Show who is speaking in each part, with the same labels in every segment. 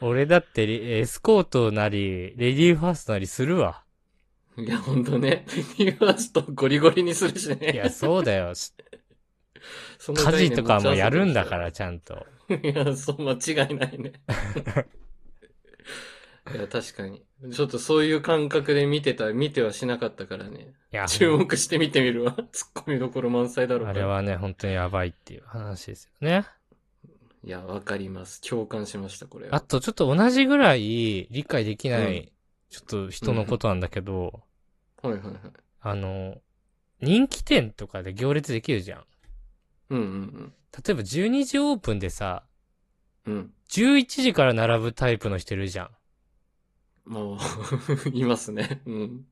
Speaker 1: 俺だってリエスコートなり、レディーファーストなりするわ。
Speaker 2: いや、ほんとね。ニューアーストゴリゴリにするしね。
Speaker 1: い や、そうだよ。し
Speaker 2: その
Speaker 1: 家
Speaker 2: 概念
Speaker 1: 事とかもやるんだから、ちゃんと。
Speaker 2: いや、そう、間違いないね。 いや、確かに。ちょっとそういう感覚で見てた、見てはしなかったからね。
Speaker 1: いや、
Speaker 2: 注目して見てみるわ。ツッコミどころ満載だろう
Speaker 1: あ
Speaker 2: か
Speaker 1: れ
Speaker 2: ら。
Speaker 1: はね、本当にやばいっていう話ですよね。
Speaker 2: いや、わかります。共感しました、これは。
Speaker 1: あと、ちょっと同じぐらい理解できな
Speaker 2: う
Speaker 1: い、ちょっと人のことなんだけど、
Speaker 2: はいはいはい。
Speaker 1: あの、人気店とかで行列できるじゃん。
Speaker 2: うんうん
Speaker 1: 例えば12時オープンでさ、
Speaker 2: うん。うん。
Speaker 1: 11時から並ぶタイプの人いるじゃん。
Speaker 2: もう、 いますね。うん。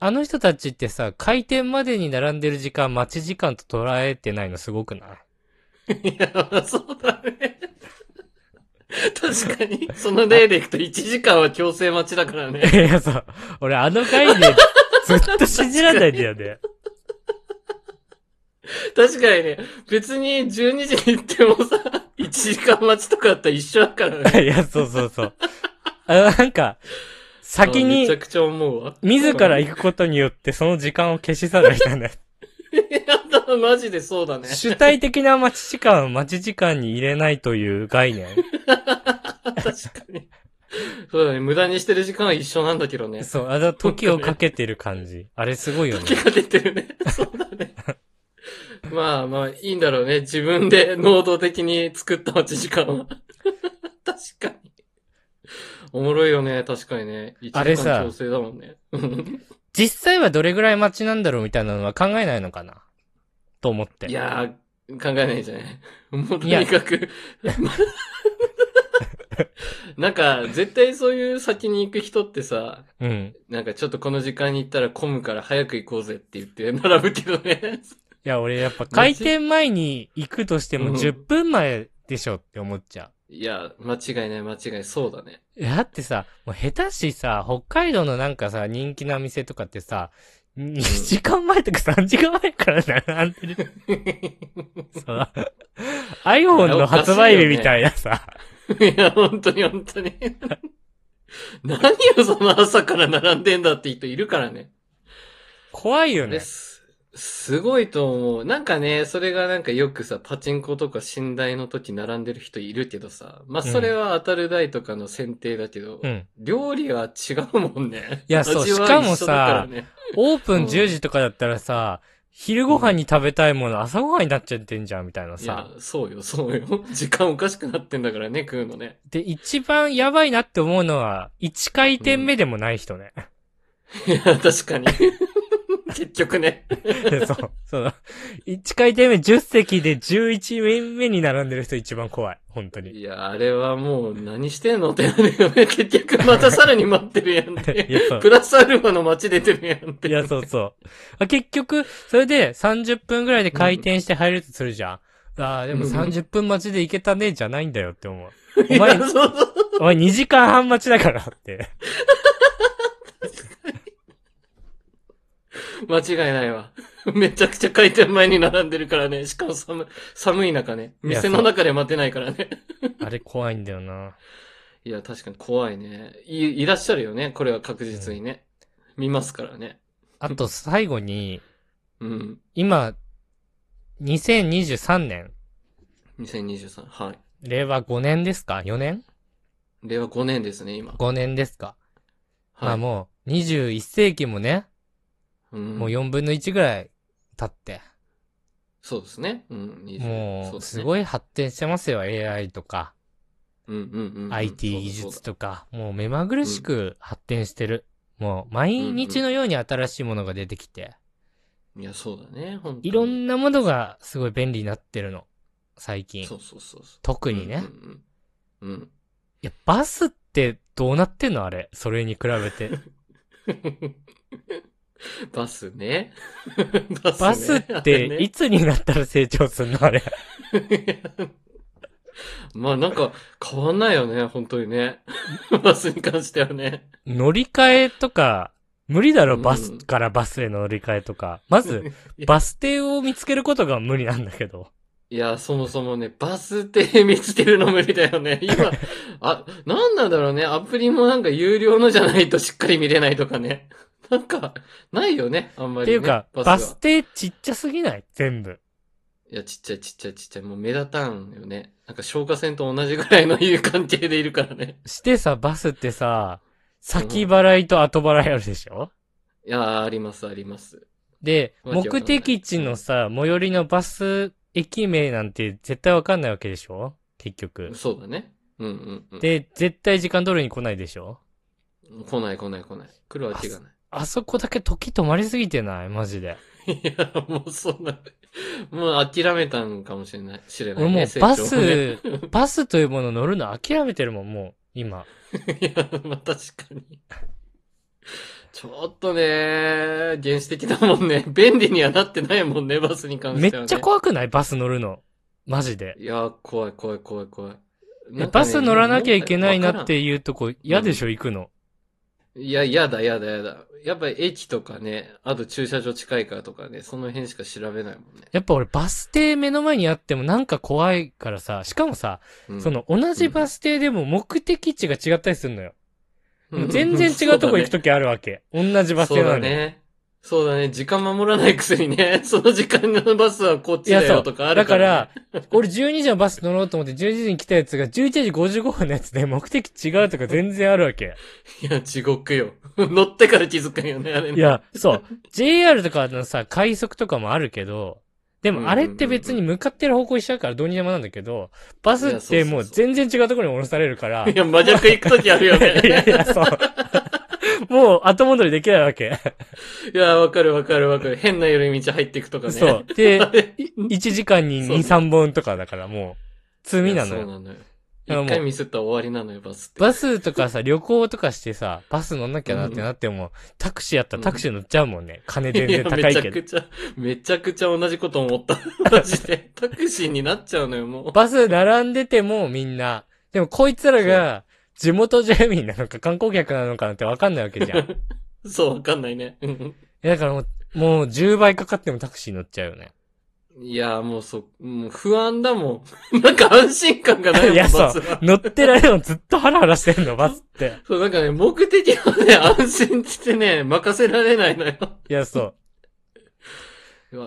Speaker 1: あの人たちってさ、開店までに並んでる時間、待ち時間と捉えてないのすごくない
Speaker 2: いや、そうだね。確かに、その例でいくと1時間は強制待ちだからね。
Speaker 1: いやさ、俺あの概念、ずっと信じられないんだよね。
Speaker 2: 確かにね、別に12時に行ってもさ、1時間待ちとかだったら一緒だからね。
Speaker 1: いや、そうそうそう。あの、なんか、先
Speaker 2: あめ
Speaker 1: に
Speaker 2: ちゃ、くちゃ思うわ。
Speaker 1: 自ら
Speaker 2: い
Speaker 1: 行くことによってその時間を消し去るみたいな。
Speaker 2: やだ、マジでそうだね。
Speaker 1: 主体的な待ち時間を待ち時間に入れないという概 念。
Speaker 2: 確かに。そうだね、無駄にしてる時間は一緒なんだけどね。
Speaker 1: そう、あの、時をかけてる感じ。あれすごいよね。
Speaker 2: 気が出てるね。 そうだね。まあまあ、いいんだろうね。自分で能動的に作った待ち時間は。 確かに。おもろいよね、確かにね。一時間
Speaker 1: あれさ
Speaker 2: 調整だもんね。うん
Speaker 1: 実際はどれぐらい待ちなんだろうみたいなのは考えないのかなと思って。
Speaker 2: いやー、考えないじゃない。もうと
Speaker 1: いや
Speaker 2: にかく。 なんか、絶対そういう先に行く人ってさ、
Speaker 1: うん。
Speaker 2: なんかちょっとこの時間に行ったら混むから早く行こうぜって言って並ぶけどね。
Speaker 1: いや、俺やっぱ開店前に行くとして
Speaker 2: う
Speaker 1: も
Speaker 2: ん
Speaker 1: 10分前でしょって思っちゃ
Speaker 2: いや、間違いない、間違い、そうだね。
Speaker 1: う。だってさ、もう下手しさ、北海道のなんかさ、人気な店とかってさ、2時間前とか3時間前から並んでる。さ、iPhone の発売日みたいなさ、
Speaker 2: いや、本当に本当に。何よ、その朝から並んでんだって人いるからね。
Speaker 1: 怖いよね
Speaker 2: で。す。すごいと思う。なんかね、それがなんかよくさ、パチンコとか寝台の時並んでる人いるけどさ、まあそれは当たる台とかの選定だけど、
Speaker 1: うん。
Speaker 2: 料理は違うもんね。
Speaker 1: いやそう
Speaker 2: 味
Speaker 1: し
Speaker 2: は
Speaker 1: かもさ
Speaker 2: 一緒だからね、
Speaker 1: オープ
Speaker 2: うん
Speaker 1: ン10時とかだったらさ、昼ご飯に食べたいもの朝ご飯になっちゃってんじゃんみたいない
Speaker 2: や
Speaker 1: さ。、
Speaker 2: そうよ、そうよ。時間おかしくなってんだからね、食うのね。
Speaker 1: で、一番やばいなって思うのは、1回転目でもない人ね。
Speaker 2: いや、確かに。結局ね。
Speaker 1: そう。その、1回転目10席で11面目に並んでる人一番怖い。本当に。
Speaker 2: いや、あれはもう何してんのってなるよね。結局またさらに待ってるやん
Speaker 1: いや
Speaker 2: って
Speaker 1: そう。
Speaker 2: プラスアルファの街出てるやんって。
Speaker 1: いや、そうそう。あ結局、それで30分ぐらいで回転して入るとするじゃん。ああ、でも
Speaker 2: うん
Speaker 1: 30分待ちで行けたね、じゃないんだよって思う。お
Speaker 2: い
Speaker 1: 前
Speaker 2: や、、そうそう。
Speaker 1: お前2時間半待ちだから って。
Speaker 2: 間違いないわ。めちゃくちゃ開店前に並んでるからね。しかも寒い、寒い中ね。
Speaker 1: いや
Speaker 2: 店の中で待てないからね。
Speaker 1: あれ怖いんだよな。
Speaker 2: いや、確かに怖いね。い、いらっしゃるよね。これは確実にね。見ますからね。
Speaker 1: あと最後に、
Speaker 2: うん。
Speaker 1: 今、2023年、
Speaker 2: 2023。はい。
Speaker 1: 令和5年ですか ?4 年
Speaker 2: 令和5年ですね、今。
Speaker 1: ?5 年ですか、ま
Speaker 2: は
Speaker 1: あ
Speaker 2: い。
Speaker 1: もう、21世紀もね、
Speaker 2: うん
Speaker 1: もう4分の1ぐらい経って、
Speaker 2: そうですね。うん。20
Speaker 1: もう、す
Speaker 2: い。
Speaker 1: ごい発展してますよ、AI とか、
Speaker 2: うんうんうんうん。
Speaker 1: IT 技
Speaker 2: そうだそうだ
Speaker 1: 術とか、もう目まぐるしく発展してる。もう、毎日のように新しいものが出てきて、
Speaker 2: いや、そうだね。本当に
Speaker 1: いろんなものがすごい便利になってるの、最近
Speaker 2: そ。うそうそうそう。
Speaker 1: 特にね。
Speaker 2: うんうんうん。
Speaker 1: いや、バスってどうなってんのあれ。それに比べ て。
Speaker 2: うん。 バスね。 バスね
Speaker 1: バスっ
Speaker 2: あ
Speaker 1: て
Speaker 2: れね
Speaker 1: いつになったら成長すんのあれ。
Speaker 2: まあなんか変わんないよね、本当にね。 バスに関してはね。
Speaker 1: 乗り換えとか、無理だろ、
Speaker 2: うん
Speaker 1: バス からバスへの乗り換えとか。まず、バス停を見つけることが無理なんだけど。
Speaker 2: いや、そもそもね、バス停見つけるの無理だよね。今、あ、なんなんだろうね。アプリもなんか有料のじゃないとしっかり見れないとかね。なんか、ないよね。あんま
Speaker 1: って
Speaker 2: り、ね。
Speaker 1: いうか、
Speaker 2: バス
Speaker 1: バ
Speaker 2: は
Speaker 1: ス停ちっちゃすぎない全部。
Speaker 2: いや、ちっちゃいちっちゃいちっちゃい。もう目立たんよね。なんか消火栓と同じぐらいのいう関係でいるからね。
Speaker 1: してさ、バスってさ、先払いと後払いあるでしょ
Speaker 2: いやー、あります、あります。
Speaker 1: で、
Speaker 2: わけわかんない
Speaker 1: 目的地のさ、最寄りのバス駅名なんて絶対わかんないわけでしょ結局。
Speaker 2: そうだね。うんうんうん。
Speaker 1: で、絶対時間通りに来ないでしょ
Speaker 2: 来ない来ない来ない。来るわけがな
Speaker 1: あそこだけ時止まりすぎてないマジで。
Speaker 2: い。 いや、もうそんな、 もう諦めたんかもしれない。知れない、
Speaker 1: 俺
Speaker 2: ね。
Speaker 1: も
Speaker 2: 成
Speaker 1: う
Speaker 2: 長を
Speaker 1: バ
Speaker 2: ね
Speaker 1: ス、 バスというもの乗るの諦めてるもん、もう、今。
Speaker 2: いや、まあ確かに。 ちょっとね、原始的だもんね。便利にはなってないもんね、バスに関
Speaker 1: め
Speaker 2: し
Speaker 1: って
Speaker 2: は、ね。
Speaker 1: ちゃ怖くないバス乗るの。マジで。
Speaker 2: いや、怖い怖い怖い怖い。なんか
Speaker 1: バ
Speaker 2: ね
Speaker 1: ス乗らなきゃいけないなっ。
Speaker 2: わ
Speaker 1: ていうとこ嫌でしょ、行くの。
Speaker 2: からんいや、やだやだやだ。やっぱり駅とかね、あと駐車場近いからとかね、その辺しか調べないもんね。
Speaker 1: やっぱ俺バス停目の前にあってもなんか怖いからさ、しかもさ、
Speaker 2: うん
Speaker 1: そ、の同じバス停でも目的地が違ったりするのよ。
Speaker 2: うん
Speaker 1: 全然違うとこ行くときあるわけ。同じバス停
Speaker 2: そう
Speaker 1: なの
Speaker 2: だ
Speaker 1: に。
Speaker 2: ね。そうだね。時間守らないくせにね、 その時間のバスはこっちだよとかあ
Speaker 1: だ
Speaker 2: る
Speaker 1: か
Speaker 2: から、ね
Speaker 1: ら。、俺12時のバス乗ろうと思って12時に来たやつが11時55分のやつで目的違う とか全然あるわけ。
Speaker 2: いや、地獄よ。 乗ってから気づくんよね、あれね
Speaker 1: いや、そう。JR とかのさ、快速とかもあるけど、で
Speaker 2: うんうんうんう
Speaker 1: もあ
Speaker 2: ん
Speaker 1: れって別に向かってる方向一緒だからどうにでもなんだけど、バスっ
Speaker 2: いやそうそう
Speaker 1: て
Speaker 2: そう
Speaker 1: もう全然違うところに降ろされるから、
Speaker 2: いや、真逆行くときある よ
Speaker 1: いやい
Speaker 2: ね。
Speaker 1: や、そう。もう後戻りできないわけ。
Speaker 2: いや、わかるわかるわかる。変な寄り道入っていくとかね。
Speaker 1: そう。で
Speaker 2: あ、れ。
Speaker 1: 1時間に
Speaker 2: そう
Speaker 1: 2、3本とかだからもう、罪なの
Speaker 2: そう
Speaker 1: よ。
Speaker 2: なのよ。
Speaker 1: だからもう
Speaker 2: 一回ミスったら終わりなのよ、バスって。
Speaker 1: バスとかさ、旅行とかしてさ、バス乗んなきゃなってなっても、タクシーやったらタクシー乗っちゃうもんね。金全
Speaker 2: いや
Speaker 1: 然高い
Speaker 2: めち
Speaker 1: けど
Speaker 2: ゃく。ちゃ、めちゃくちゃ同じこと 思った。マジで。タクシーになっちゃうのよ、もう。
Speaker 1: バス並んでてもみんな。でもこいつらが、地元住民なのか観光客なのかなんてわかんないわけじ ゃん。い
Speaker 2: そう、わかんないね。うん
Speaker 1: やだからもう、もう10倍かかってもタクシー乗っちゃうよね。
Speaker 2: いや、もうそ、もう不安だもん。 なんか安心感がないもん、
Speaker 1: いや
Speaker 2: バスは。
Speaker 1: 乗ってられるのずっとハラハラしてんの、バスって。
Speaker 2: そう、なんかね、目的はね、安心してね、任せられないのよ。
Speaker 1: いや、そう。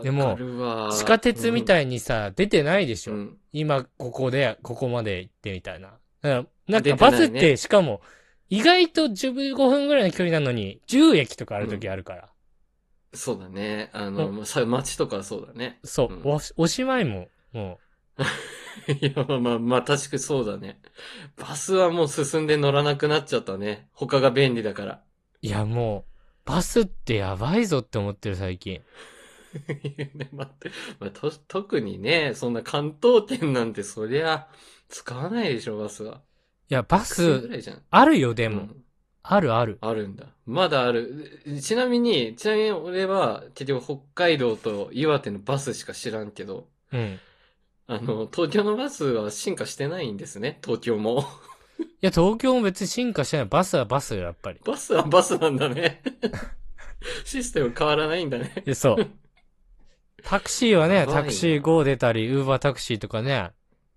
Speaker 1: でも
Speaker 2: わかるわ
Speaker 1: 地下鉄みたいにさ、出てないでしょ。
Speaker 2: うん
Speaker 1: 今、ここで、ここまで行ってみたいな。だからなん
Speaker 2: 出
Speaker 1: かバ
Speaker 2: てないね
Speaker 1: スって、しかも、意外と15分ぐらいの距離なのに、10駅とかある時あるから。
Speaker 2: そうだね。あの、まあさ街とかはそうだね。
Speaker 1: そう、
Speaker 2: うん
Speaker 1: おしおしまいも、も
Speaker 2: いや、まあまあ、まあ、確かにそうだね。バスはもう進んで乗らなくなっちゃったね。他が便利だから。
Speaker 1: う、いやもう、バスってやばいぞって思ってる最近。
Speaker 2: ねまあまあと特にね、そんな関東圏なんてそりゃ、使わないでしょ、バスは。
Speaker 1: いや、バ
Speaker 2: タクシー
Speaker 1: ス、
Speaker 2: ぐらいじゃん。
Speaker 1: あるよ、で
Speaker 2: で
Speaker 1: も。あるある。
Speaker 2: あるんだ。まだある。ちなみに、ちなみに俺は、結局北海道と岩手のバスしか知らんけど、
Speaker 1: うん。
Speaker 2: あの、東京のバスは進化してないんですね、東京も。
Speaker 1: いや、東京も別に進化してない。バスはバスよ、やっぱり。
Speaker 2: バスはバスなんだ ね。システム変わらないんだね。
Speaker 1: いや そう。タクシーはね、
Speaker 2: やばいな
Speaker 1: タクシー GO 出たり、ウーバータクシーとかね。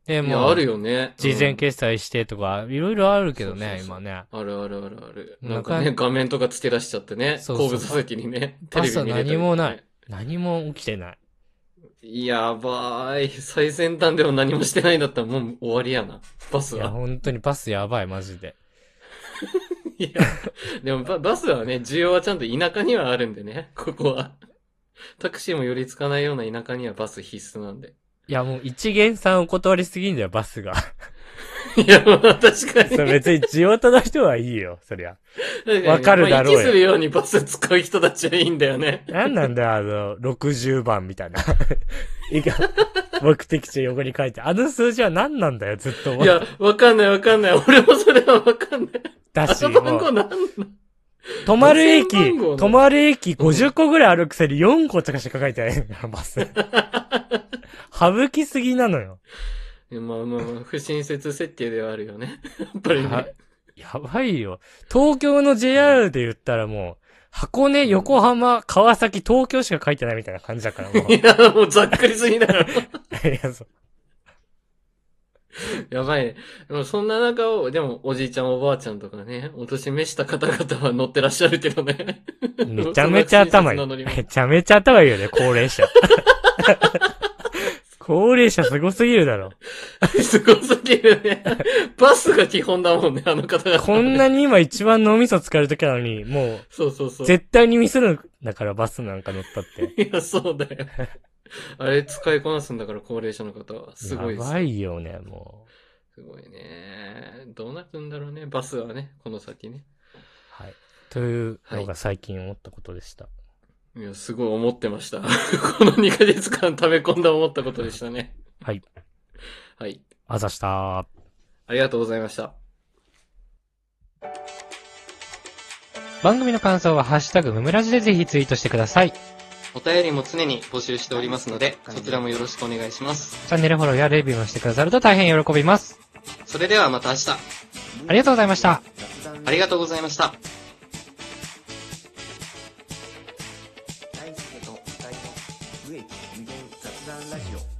Speaker 1: で
Speaker 2: い
Speaker 1: も
Speaker 2: や、
Speaker 1: う
Speaker 2: あるよね。
Speaker 1: 事前
Speaker 2: 系
Speaker 1: 決済してとか、いろいろあるけどね、
Speaker 2: そうそうそう
Speaker 1: 今ね。
Speaker 2: あるあるあるある。な
Speaker 1: なんん
Speaker 2: か
Speaker 1: か
Speaker 2: ね、画面とか付け出しちゃってね。
Speaker 1: そうそう
Speaker 2: 後部座席にね。テ
Speaker 1: バ
Speaker 2: レ
Speaker 1: ス
Speaker 2: ビ
Speaker 1: は
Speaker 2: 見れたりと
Speaker 1: 何
Speaker 2: かね
Speaker 1: もない。何も起きてない。
Speaker 2: やばい。最先端でも何もしてないんだったらもう終わりやな。バス
Speaker 1: いや、
Speaker 2: は。
Speaker 1: 本当にバスやばい、マジで。
Speaker 2: いや、でもババスはね、需要はちゃんと田舎にはあるんでね、ここは。タクシーも寄りつかないような田舎にはバス必須なんで。
Speaker 1: いや、もう一元さんお断りすぎんだよ、バスが。
Speaker 2: いや、まあ確かに。
Speaker 1: それ別に地元の人はいいよ、そりゃ。
Speaker 2: わ
Speaker 1: わかるだろうよ
Speaker 2: 息するようにバス使う人たちはいいんだ よね。
Speaker 1: なんなんだよ、あの、60番みたいな。 いいか目的地横に書いて。あの数字は何なんだよ、ずっと思っ
Speaker 2: い
Speaker 1: て
Speaker 2: や、わかんないわかんない。俺もそれはわかんない。
Speaker 1: た
Speaker 2: あ
Speaker 1: し、
Speaker 2: の番
Speaker 1: も
Speaker 2: 号
Speaker 1: う、
Speaker 2: なんだ
Speaker 1: 止まる駅、
Speaker 2: 路線番号なの
Speaker 1: 止まる駅50個ぐらいあるくせに4個とかしか書いてないんだよ、バ ス。省きすぎなのよ。
Speaker 2: いやまあまあまあ、不親切設定ではある よね。やっぱり
Speaker 1: は
Speaker 2: ね。
Speaker 1: やばいよ。東京の JR で言ったらもう、箱根、横浜、川崎、東京しか書いてないみ たいな感じだから、もう
Speaker 2: いや、 もうざっくりすぎだろ。
Speaker 1: いやそう
Speaker 2: やばいね。でもそんな中を、でもおじいちゃんおばあちゃんとかね、お年めした方々は乗ってらっしゃるけ どね。
Speaker 1: めちゃめちゃ頭い
Speaker 2: そ
Speaker 1: い。
Speaker 2: んな親切な乗り物
Speaker 1: めちゃめちゃ頭いいよね、高齢 者。高齢者すごすぎるだろ。
Speaker 2: すごすぎるね。バスが基本だもんね、あの方が。
Speaker 1: こんなに今一番脳みそ使える時なのに、も、
Speaker 2: そうそうそうう。
Speaker 1: 絶対にミスるんだからバスなんか乗ったって。
Speaker 2: いや、そうだよ。あれ使いこなすんだから、高齢者の方は。すごいで
Speaker 1: や
Speaker 2: す。
Speaker 1: ばいよね、もう。
Speaker 2: すごいね。どうなるんだろうね、バスはね、この先ね。
Speaker 1: はい。というのが最近思ったことでした。
Speaker 2: いや、すごい思ってました。こ の2ヶ月間溜め込んだ思ったことでしたね。
Speaker 1: はい。
Speaker 2: はい。
Speaker 1: あざしたー。
Speaker 2: ありがとうございました。
Speaker 1: 番組の感想はハッシュタグムムラジでぜひツイートしてください。チ
Speaker 2: お便りも常に募集しておりますので、そちらもよろしくお願いします。
Speaker 1: ャンネルフォローやレビューもしてくださると大変喜びます。
Speaker 2: それではまた明日、
Speaker 1: ありがとうございました。
Speaker 2: ありがとうございました。
Speaker 3: 大輔と二人の無益無限雑談ラジオ